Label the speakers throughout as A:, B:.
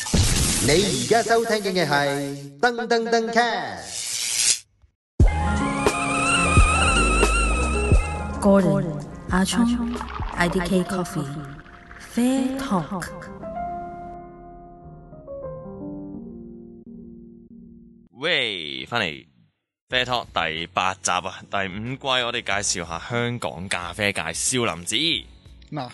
A: 你而家收聽嘅係噔噔噔 cast。
B: Gordon, Ah Chong, IDK Coffee, Fair Talk.
C: 喂，翻嚟 Fair Talk 第八集啊，第五季我哋介紹下香港咖啡界少林寺，係
D: 嗱，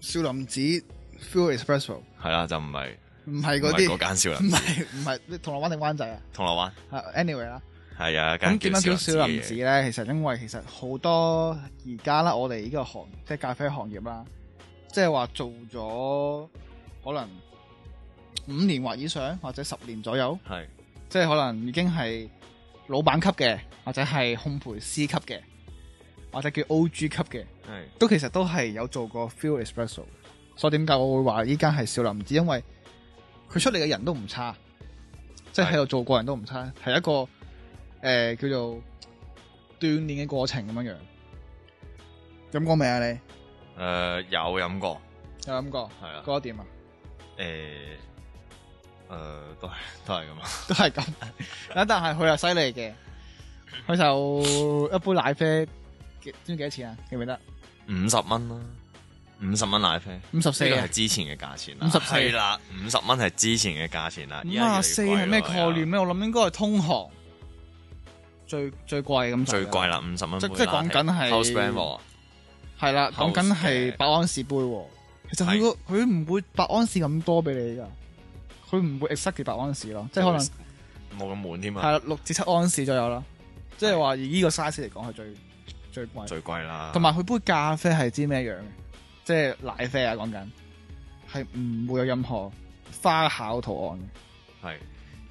D: 少林寺 Fuel Espresso
C: 啦，就唔係
D: 唔係
C: 唔
D: 嗰
C: 係嗰
D: 啲，
C: 間少
D: 唔
C: 林寺，
D: 係唔係銅鑼灣定灣仔啊
C: 銅鑼灣
D: 啊？anyway 啦，
C: 係啊，
D: 咁
C: 間
D: 點解叫少林
C: 林
D: 寺
C: 寺嘅？
D: 咧？其實因為其實好多而家啦，我哋呢個行即係咖啡行業啦，即係話做咗可能五年或以上，或者十年左右，
C: 係
D: 即係可能已經係老闆級嘅，或者係烘焙師級嘅，或者叫 O.G. 級嘅。
C: 係
D: 都其實都係有做過 Fuel Espresso，所以點解我會話依間係少林寺？因為佢出嚟嘅人都唔差，即係喺度做過人都唔差，係一個誒、呃叫做鍛鍊嘅過程咁樣樣。飲過未啊？你
C: 誒有飲過，
D: 有飲過？
C: 係啊
D: 覺得點啊？
C: 誒誒都係 都係咁啊，
D: 都係咁，啊但係佢又犀利嘅，佢就一杯奶啡幾知唔知幾多錢啊？記唔記得？
C: 五十蚊啦，五十蚊奶啡。
D: 五十四
C: 呢個
D: 啊
C: 係！之前嘅價錢啦，
D: 54
C: 係啦，五十蚊係之前嘅價錢啦，
D: 五啊四係
C: 係啊
D: 咩概念？咧？我諗應該係通航最最貴咁滯㗎。
C: 最貴啦，五十蚊
D: 即
C: 杯
D: 即係
C: 拿鐵
D: 講緊係
C: House Brand 喎
D: 係啦，
C: House
D: 講緊係百安士杯喎。其實佢個佢唔會百安士咁多俾你㗎，佢唔會 exactly 百安士咯，即係可能
C: 冇咁滿添啊，
D: 係啦六至七安士左右啦。即係話以呢個 size 嚟講係最最貴，
C: 最貴啦，
D: 同埋佢杯咖啡係知咩樣嘅，即係奶啡啊講緊係唔會有任何花巧圖案嘅。
C: 係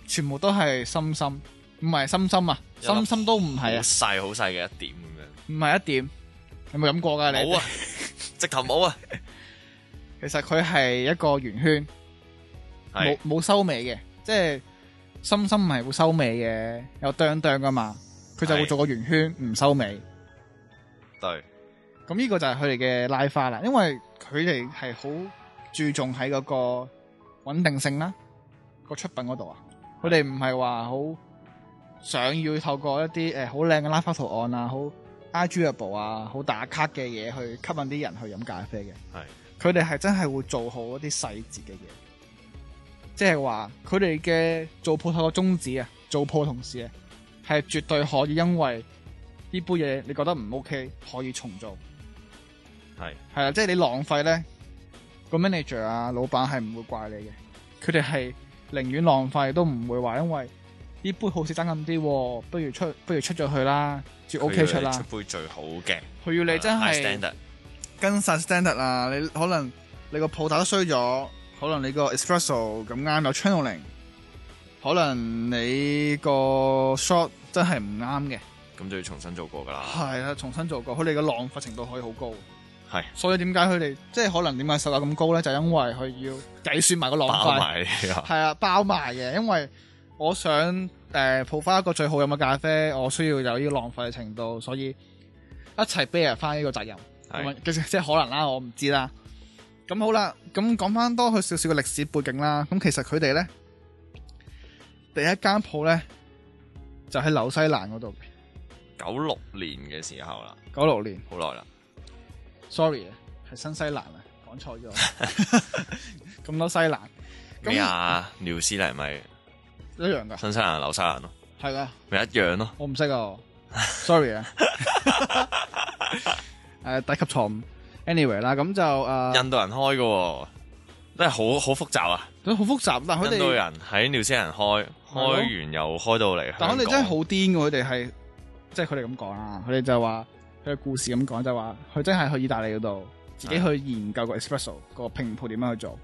D: 全部都係心心，唔係心心啊，
C: 一粒
D: 心心都唔係
C: 好
D: 啊，
C: 細好細嘅一點咁
D: 唔係一點。有冇飲過㗎
C: 樣，
D: 你？
C: 冇啊， 直頭冇啊，
D: 其實佢係一個圓圈，冇
C: 係
D: 冇收尾嘅，即係心心唔係會收尾嘅，有哚哚㗎嘛，佢就會
C: 係
D: 做個圓圈唔收尾。
C: 對
D: 咁呢個就係佢哋嘅拉花啦，因為佢哋係好注重喺嗰個穩定性啦，個出品嗰度啊，佢哋唔係話好想要透過一啲誒好靚嘅拉花圖案啊，好 I G a b l e 啊，好打卡嘅嘢去吸引啲人去飲咖啡嘅，
C: 係
D: 佢哋係真係會做好一啲細節嘅嘢，即係話佢哋嘅做鋪頭嘅宗旨啊，做鋪同事啊，係絕對可以因為呢杯嘢你覺得唔 OK 可以重做。
C: 係
D: 係啊啦，即係你浪費咧，個 manager 啊、老闆係唔會怪你嘅，佢哋係寧願浪費都唔會話，因為呢杯好似爭咁啲喎，不如出不如出咗佢啦，照 OK
C: 佢
D: 出
C: 要你
D: 啦。
C: 出杯最好嘅，啊
D: 佢要你真
C: high
D: 係
C: standard
D: 跟晒 standard 啊！你可能你個鋪頭都衰咗，可能你個 espresso 咁啱有 channeling，可能你個 shot 真係唔啱嘅，
C: 咁就要重新做過㗎啦，
D: 係啦，重新做過，佢哋嘅浪費程度可以好高。
C: 係
D: 所以點解佢哋即係可能點解售價咁高咧？就因為佢要計算埋個浪
C: 包
D: 費，
C: 埋你啊，
D: 係啊，包埋嘅。因為我想誒抱翻一個最好飲嘅咖啡，我需要有呢個浪費嘅程度，所以一齊 bear 翻呢個責任。咁啊
C: 係
D: 其實即係可能啦，我唔知啦。咁好啦，咁講翻多佢少少嘅歷史背景啦。咁其實佢哋咧第一間鋪咧就喺紐西蘭嗰度嘅，
C: 九六年嘅時候啦，
D: 九六年。
C: 好耐啦，
D: sorry 啊，係新西蘭啊，講錯咗， 咁多西蘭
C: 咩啊？廖斯嚟咪
D: 一樣噶，
C: 新西蘭、紐西蘭咯，
D: 係噶，
C: 咪一樣咯，
D: 我唔識啊 ，sorry 啊，誒低級錯誤，anyway 啦，咁就誒
C: 印度人開嘅喎，真係好好複雜啊！
D: 都好複雜，但佢
C: 印度
D: 哋
C: 人啊喺紐西蘭開，開完又開到嚟香
D: 但
C: 港，
D: 佢哋真係好癲嘅，佢哋係即係佢哋咁講啦，佢哋就話佢嘅故事咁講就話佢真係去意大利嗰度自己去研究個 espresso 個拼盤點樣去做。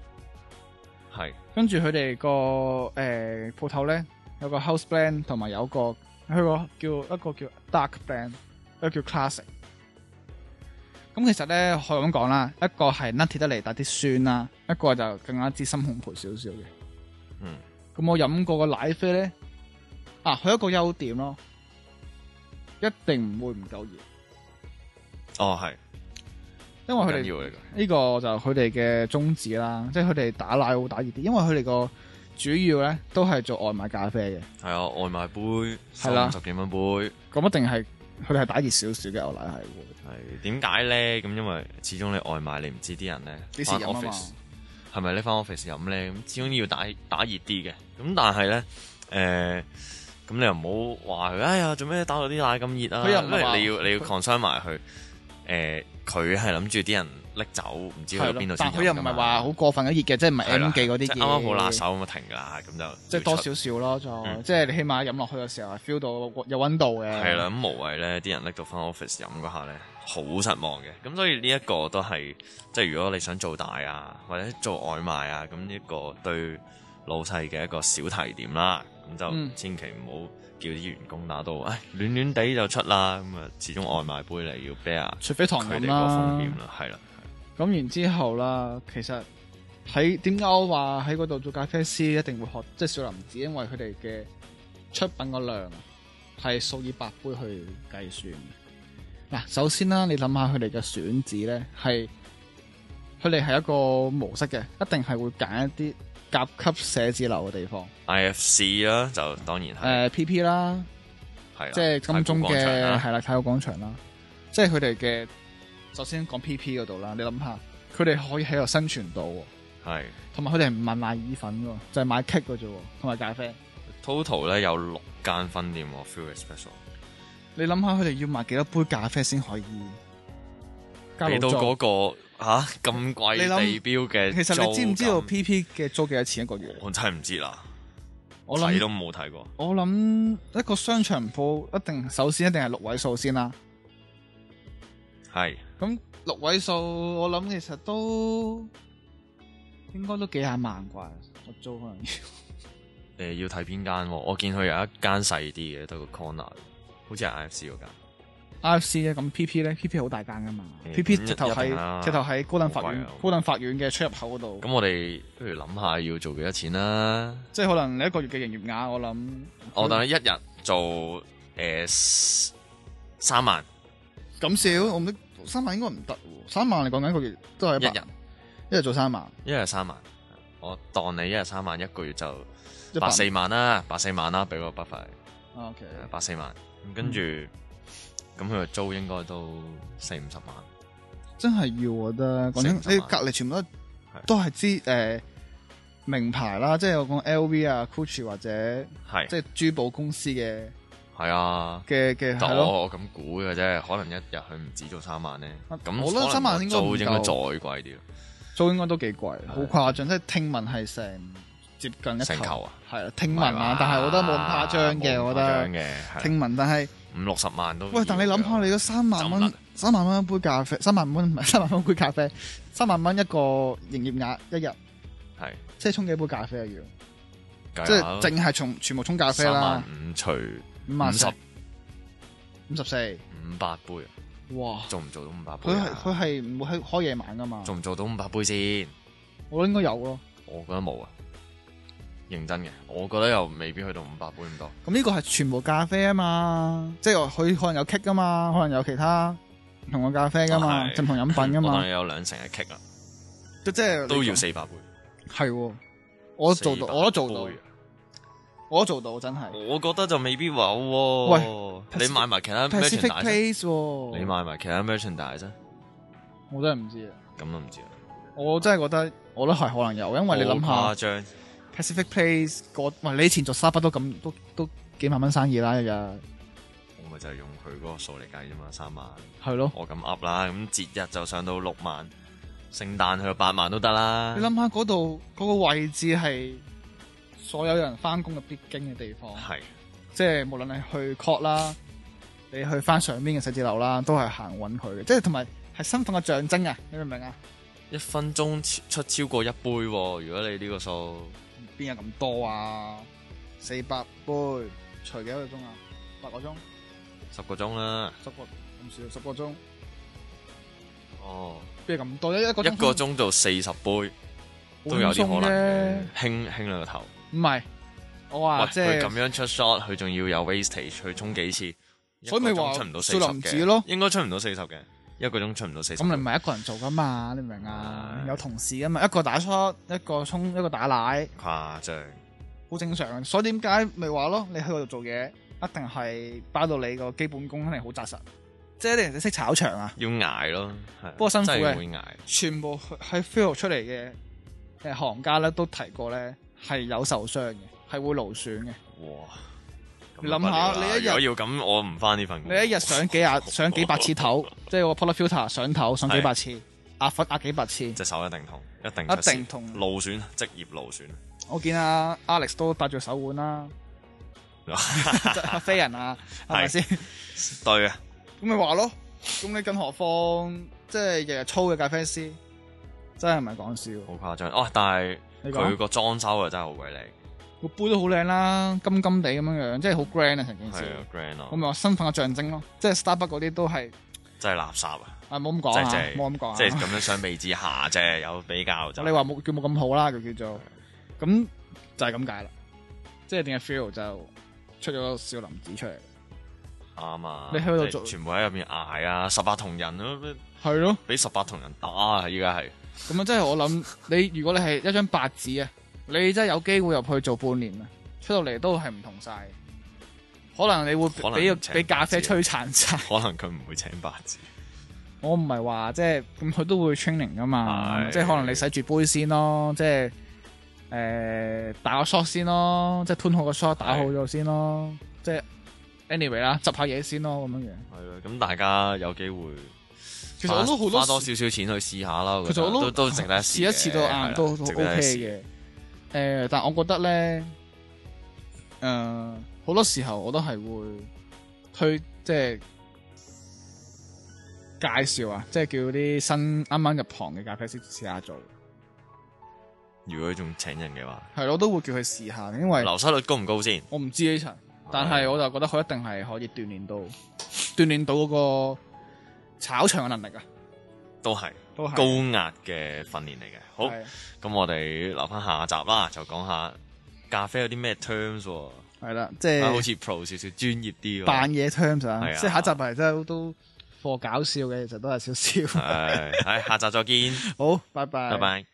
C: 係
D: 跟住佢哋個誒鋪頭咧有個 house blend 同埋有個佢個叫一個叫 dark blend，一個叫 classic。咁其實咧可以咁講啦，一個係 nutty 得嚟帶啲酸啦，一個就更加之深烘焙少少嘅。
C: 嗯。
D: 咁我飲過個奶啡咧，啊，佢有一個優點咯，一定唔會唔夠熱，
C: 哦係，
D: 因為
C: 好
D: 哦佢
C: 緊
D: 哋
C: 要嚟㗎，
D: 呢個就佢哋嘅宗旨啦，即係佢哋打奶會打熱啲，因為佢哋個主要咧都係做外賣咖啡嘅，
C: 係啊，外賣杯
D: 係啦
C: 三十幾蚊杯，係
D: 咁一定係佢哋係打熱少少嘅牛奶係會
C: 點解咧？咁因為始終你外賣你唔知啲人咧
D: 幾時
C: 翻
D: 飲啊
C: office
D: 嘛，
C: 係咪你翻 office 飲咧？咁始終要打打熱啲嘅。咁但係咧，誒、咁你又唔好話佢，哎呀，做咩打到啲奶咁熱啊？
D: 佢又唔
C: 因
D: 係話
C: 為你要你要
D: 佢
C: concern 埋佢，誒、佢係諗住啲人拎走，唔知去到
D: 係
C: 邊度
D: 咯，
C: 先飲㗎
D: 但
C: 嘛。
D: 佢又唔係話好過分嘅熱嘅，即係唔係
C: 係啦
D: M 記嗰啲
C: 即係
D: 嘢，
C: 啱啱好拿手咁就啊停㗎啦，咁就
D: 即係
C: 要
D: 多
C: 出
D: 少少咯，就、
C: 嗯
D: 即係你起碼飲落去嘅時候係 feel 到有温度嘅。
C: 係啦，，咁無謂咧，啲人拎到翻 office 飲嗰下咧，好失望嘅。咁所以呢一個都係，即係如果你想做大啊，或者做外賣啊，咁呢一個對老細嘅一個小提點啦。咁
D: 嗯
C: 就千祈唔好叫啲員工打到，唉，暖暖地就出啦。咁啊，始終外賣杯嚟要 bear
D: 除非糖
C: 佢
D: 飲
C: 哋個風
D: 啦。
C: 險啦，係啦，
D: 咁然之後啦，其實喺點解我話喺嗰度做咖啡師一定會學即係少林寺，因為佢哋嘅出品個量啊係數以百杯去計算嘅。嗱，首先啦，你諗下佢哋嘅選址咧，係佢哋係一個模式嘅，一定係會揀一啲甲級寫字樓嘅地方，誒、
C: IFC 啦，啊就當然係，
D: PP 啦。
C: 係啦
D: 啊即係金鐘
C: 太古廣場
D: 嘅
C: 啦
D: 係啦，太古廣場啦，即係佢哋嘅首先講 PP 嗰度啦，你諗下，佢哋可以喺度生存到喎，
C: 係
D: 同埋佢哋唔問賣意粉喎，就係買 cake 嘅啫喎，同埋咖啡。
C: total 咧有六間分店喎，feel special。
D: 你諗下，佢哋要賣幾多杯咖啡先可以交
C: 俾到
D: 租
C: 嗰、個吓咁貴
D: 你
C: 地
D: 諗
C: 標嘅
D: 其實你知唔知道
C: 租金
D: PP 嘅租幾多錢一個月？啊
C: 我真係唔知啦，
D: 我
C: 睇
D: 諗
C: 都冇睇過。
D: 我諗一個商場鋪一定首先一定係六位數先啦。
C: 係
D: 咁六位數，我諗其實都應該都幾廿萬啩，我租可 能要。
C: 誒要睇邊間喎？我見佢有一間細啲嘅，得個 corner，好似係 IFC 嗰間。
D: I F C 咧，咁 P P 咧，P P 好大間噶嘛
C: 嗯
D: ，P P
C: 咁一
D: 直頭
C: 一定啦
D: 喺直頭喺高等法院
C: 好貴啊
D: 高等法院嘅出入口嗰度，
C: 咁我哋不如諗下要做幾多錢啦？
D: 即係可能你一個月嘅營業額，我諗
C: 我等一日做誒三萬
D: 咁少，我唔得三萬應該唔得喎，三萬你講緊一個月都係
C: 一
D: 百
C: 日，
D: 一日做三萬，
C: 一日三萬。我當你一日三萬，一個月就
D: 一百啊
C: 百四萬啦，百四萬啦，俾個 buffer
D: ，O K，
C: 誒百四萬。咁跟住咁佢嘅租應該都四五十萬。
D: 真係要我覺得講真，
C: 四五十萬
D: 你隔離全部都都係知誒名牌啦，即係我講 L V 啊、Gucci 或者
C: 係
D: 即係珠寶公司嘅
C: 係啊，
D: 嘅嘅
C: 但
D: 係咯。
C: 我我咁估嘅啫，可能一日佢唔止做三萬咧，
D: 啊
C: 咁
D: 我覺
C: 可
D: 得
C: 能
D: 三萬應該唔
C: 租應該
D: 夠
C: 再貴啲咯。
D: 租應該都幾貴，好誇張，即係聽聞係成接近一
C: 成球啊，
D: 係啊，聽聞啊，但係我覺得冇咁誇張嘅，
C: 冇咁
D: 我覺得
C: 誇張嘅，係
D: 聽聞，但係
C: 五六十萬都要嘅。
D: 喂，但你諗下，你嗰三萬
C: 就唔
D: 蚊
C: 得，
D: 三萬蚊一杯咖啡，三萬蚊唔係 三萬蚊一杯咖啡，三萬蚊一個營業額一日，
C: 係
D: 即係沖幾杯咖啡一樣，即
C: 計
D: 係
C: 下
D: 淨係從全部沖咖啡
C: 啊三萬
D: 啦，
C: 五除
D: 五
C: 五
D: 萬
C: 十
D: 四，五十四，
C: 五百杯，啊
D: 哇！
C: 做唔做到五百杯
D: 佢係
C: 啊？
D: 佢係唔會開開夜晚噶嘛？
C: 做唔做到五百杯先？
D: 我應該有咯。
C: 我覺得冇啊，認真嘅，我覺得又未必去到五百杯咁多。
D: 咁呢個係全部咖啡啊嘛，即係佢可能有 kick 噶嘛，可能有其他唔同嘅咖啡噶嘛，
C: 哦係
D: 唔同飲品噶
C: 我
D: 嘛
C: 當，你有兩成嘅 kick 啦，
D: 即即係你
C: 都要
D: 講
C: 四百杯。
D: 係喎，我做到，
C: 400
D: 我都做到
C: 杯，啊
D: 我都做到，真係。
C: 我覺得就未必有喎。
D: 喂
C: 你買埋其他 merchandise
D: Pacific
C: 呢
D: Place 喎，
C: 你買埋其他 merchandise 呢
D: 我真係唔知啊！
C: 咁都唔知啊。
D: 我真係覺得我都係可能有，因為你諗
C: 好誇
D: 下
C: 張，
D: Pacific Place 個，喂你以前做沙巴都咁都都幾萬蚊生意啦，日日
C: 我咪就係用佢嗰個數嚟計啫嘛，三萬。
D: 係咯。
C: 我咁 up 啦，咁節日就上到六萬，聖誕去到八萬都得啦
D: 你。諗下嗰度嗰個位置係所有人翻工嘅必經嘅地方，
C: 係
D: 即係無論係去 court 啦，你去翻上邊嘅寫字樓啦，都係行揾佢嘅，即係同埋係身份嘅象徵啊！你明唔明啊？
C: 一分鐘出超過一杯喎，如果你呢個數
D: 邊有咁多啊？四百杯，除幾多個鐘啊？八個鐘，
C: 十個鐘啦。
D: 十個咁少，十個鐘，
C: 哦，
D: 邊有咁多？一一個
C: 一個鐘到四十杯
D: 好
C: 都有啲可
D: 輕鬆
C: 能
D: 啫
C: 嘅，輕輕兩個頭。
D: 唔係，我
C: 喂，
D: 話啊即
C: 佢咁
D: 係
C: 樣出 shot，佢仲要有 wastage 去衝幾次，
D: 所以咪話
C: 一個鐘出唔到四
D: 少林
C: 十
D: 寺
C: 嘅
D: 咯
C: 應該出唔到四十嘅。一個鐘出唔到四十。
D: 咁你唔係一個人做噶嘛？你明唔明啊？
C: 係
D: 有同事噶嘛？一個打搓，一個沖，一個打奶，
C: 誇張，
D: 好正常。所以點解咪話咯？你喺嗰度做嘢，一定係包到你個基本功，肯定好扎實。即係你識炒場啊！
C: 要捱咯，係啊
D: 不過辛苦嘅
C: 真係會捱。
D: 全部喺 field 出嚟嘅誒行家咧，都提過咧係有受傷嘅，係會勞損嘅。
C: 哇！咁
D: 你
C: 就
D: 諗下
C: 不了啦
D: 你一日
C: 如果要咁，我唔翻呢份工。
D: 你一日上幾廿上幾百次頭，即係個 p o l a filter 上頭上幾百次，壓粉壓幾百次。
C: 隻手一定痛，一定
D: 一
C: 出事
D: 定痛
C: 勞損，職業勞損。
D: 我見阿 Alex 都戴住手 腕啦，即係飛人啊，係咪先？咁
C: 對啊，
D: 咪話咯，咁你更何況即係日日操嘅咖啡師，真係唔係講笑。
C: 好誇張。哦，但係
D: 你
C: 佢
D: 講
C: 個裝修啊，真係好鬼靚，
D: 個杯都好靚啦，金金地咁樣樣，即係好 grand 啊成件
C: 係啊
D: 事。
C: grand
D: 我咪
C: 咯，
D: 話身份嘅象徵咯，即係 Starbucks 嗰啲都係
C: 真係垃圾啊！
D: 啊冇咁
C: 即
D: 講
C: 係即
D: 啊，
C: 係
D: 冇咁講啊。
C: 即係咁樣相比之下啫，有比較就
D: 你話冇叫冇咁好啦，佢叫做咁就係咁解啦。即係點解 feel 就出咗個少林寺出嚟？
C: 啱啊！
D: 你喺度
C: 即係
D: 做
C: 全部喺入面捱啊，十八銅人咯，
D: 係咯，
C: 俾十八銅人打啊！依家係
D: 咁啊，即係我諗你，如果你係一張白紙啊，你真係有機會入去做半年啊，出到嚟都係唔同晒。可能你會
C: 可能
D: 俾個
C: 請啊
D: 俾咖啡
C: 白紙
D: 摧殘晒。
C: 可能佢唔會請白紙，
D: 我唔係話即係咁，佢都會 training 噶嘛，
C: 係
D: 即係可能你洗住杯先咯，即係誒、呃打個 shot 先咯，即係吞好個 shot 打好咗先咯，即係 anyway 啦，執下嘢先咯咁樣樣。
C: 係咯。咁大家有機會，
D: 其實我都好多
C: 花多少少錢去試下啦。
D: 其實
C: 實
D: 我
C: 都
D: 都
C: 都值 得
D: 試一次
C: 嘅
D: 到
C: 係啦
D: 硬都都
C: 值
D: OK
C: 得一試
D: 嘅。誒、但我覺得咧，誒、好多時候我都係會推即係介紹啊，即係叫啲新啱啱入行嘅咖啡師試下做，
C: 如果仲請人嘅話，
D: 係咯，我都會叫佢試下，因為
C: 流失率高唔高先？
D: 我唔知呢層，但係我就覺得佢一定係可以鍛鍊到鍛鍊到嗰個炒場嘅能力啊，
C: 都係
D: 都係
C: 高壓嘅訓練嚟嘅。好，
D: 係
C: 咁我哋留翻下集啦，就講下咖啡有啲咩 terms 喎。
D: 係啦，即
C: 啊好
D: 係
C: 似 pro 少少專業啲喎。
D: 扮嘢 terms 啊
C: 係，啊
D: 即係下一集係真係都課搞笑嘅，其實都係少少。
C: 係，係下集再 見，
D: 好，拜拜，
C: 拜。拜。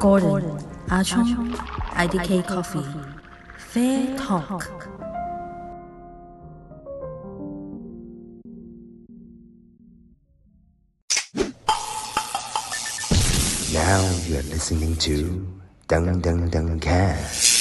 B: Gordon, Achong, IDK Coffee, Fair Talk.
A: Now you're listening to Dung Dung Dung Cat.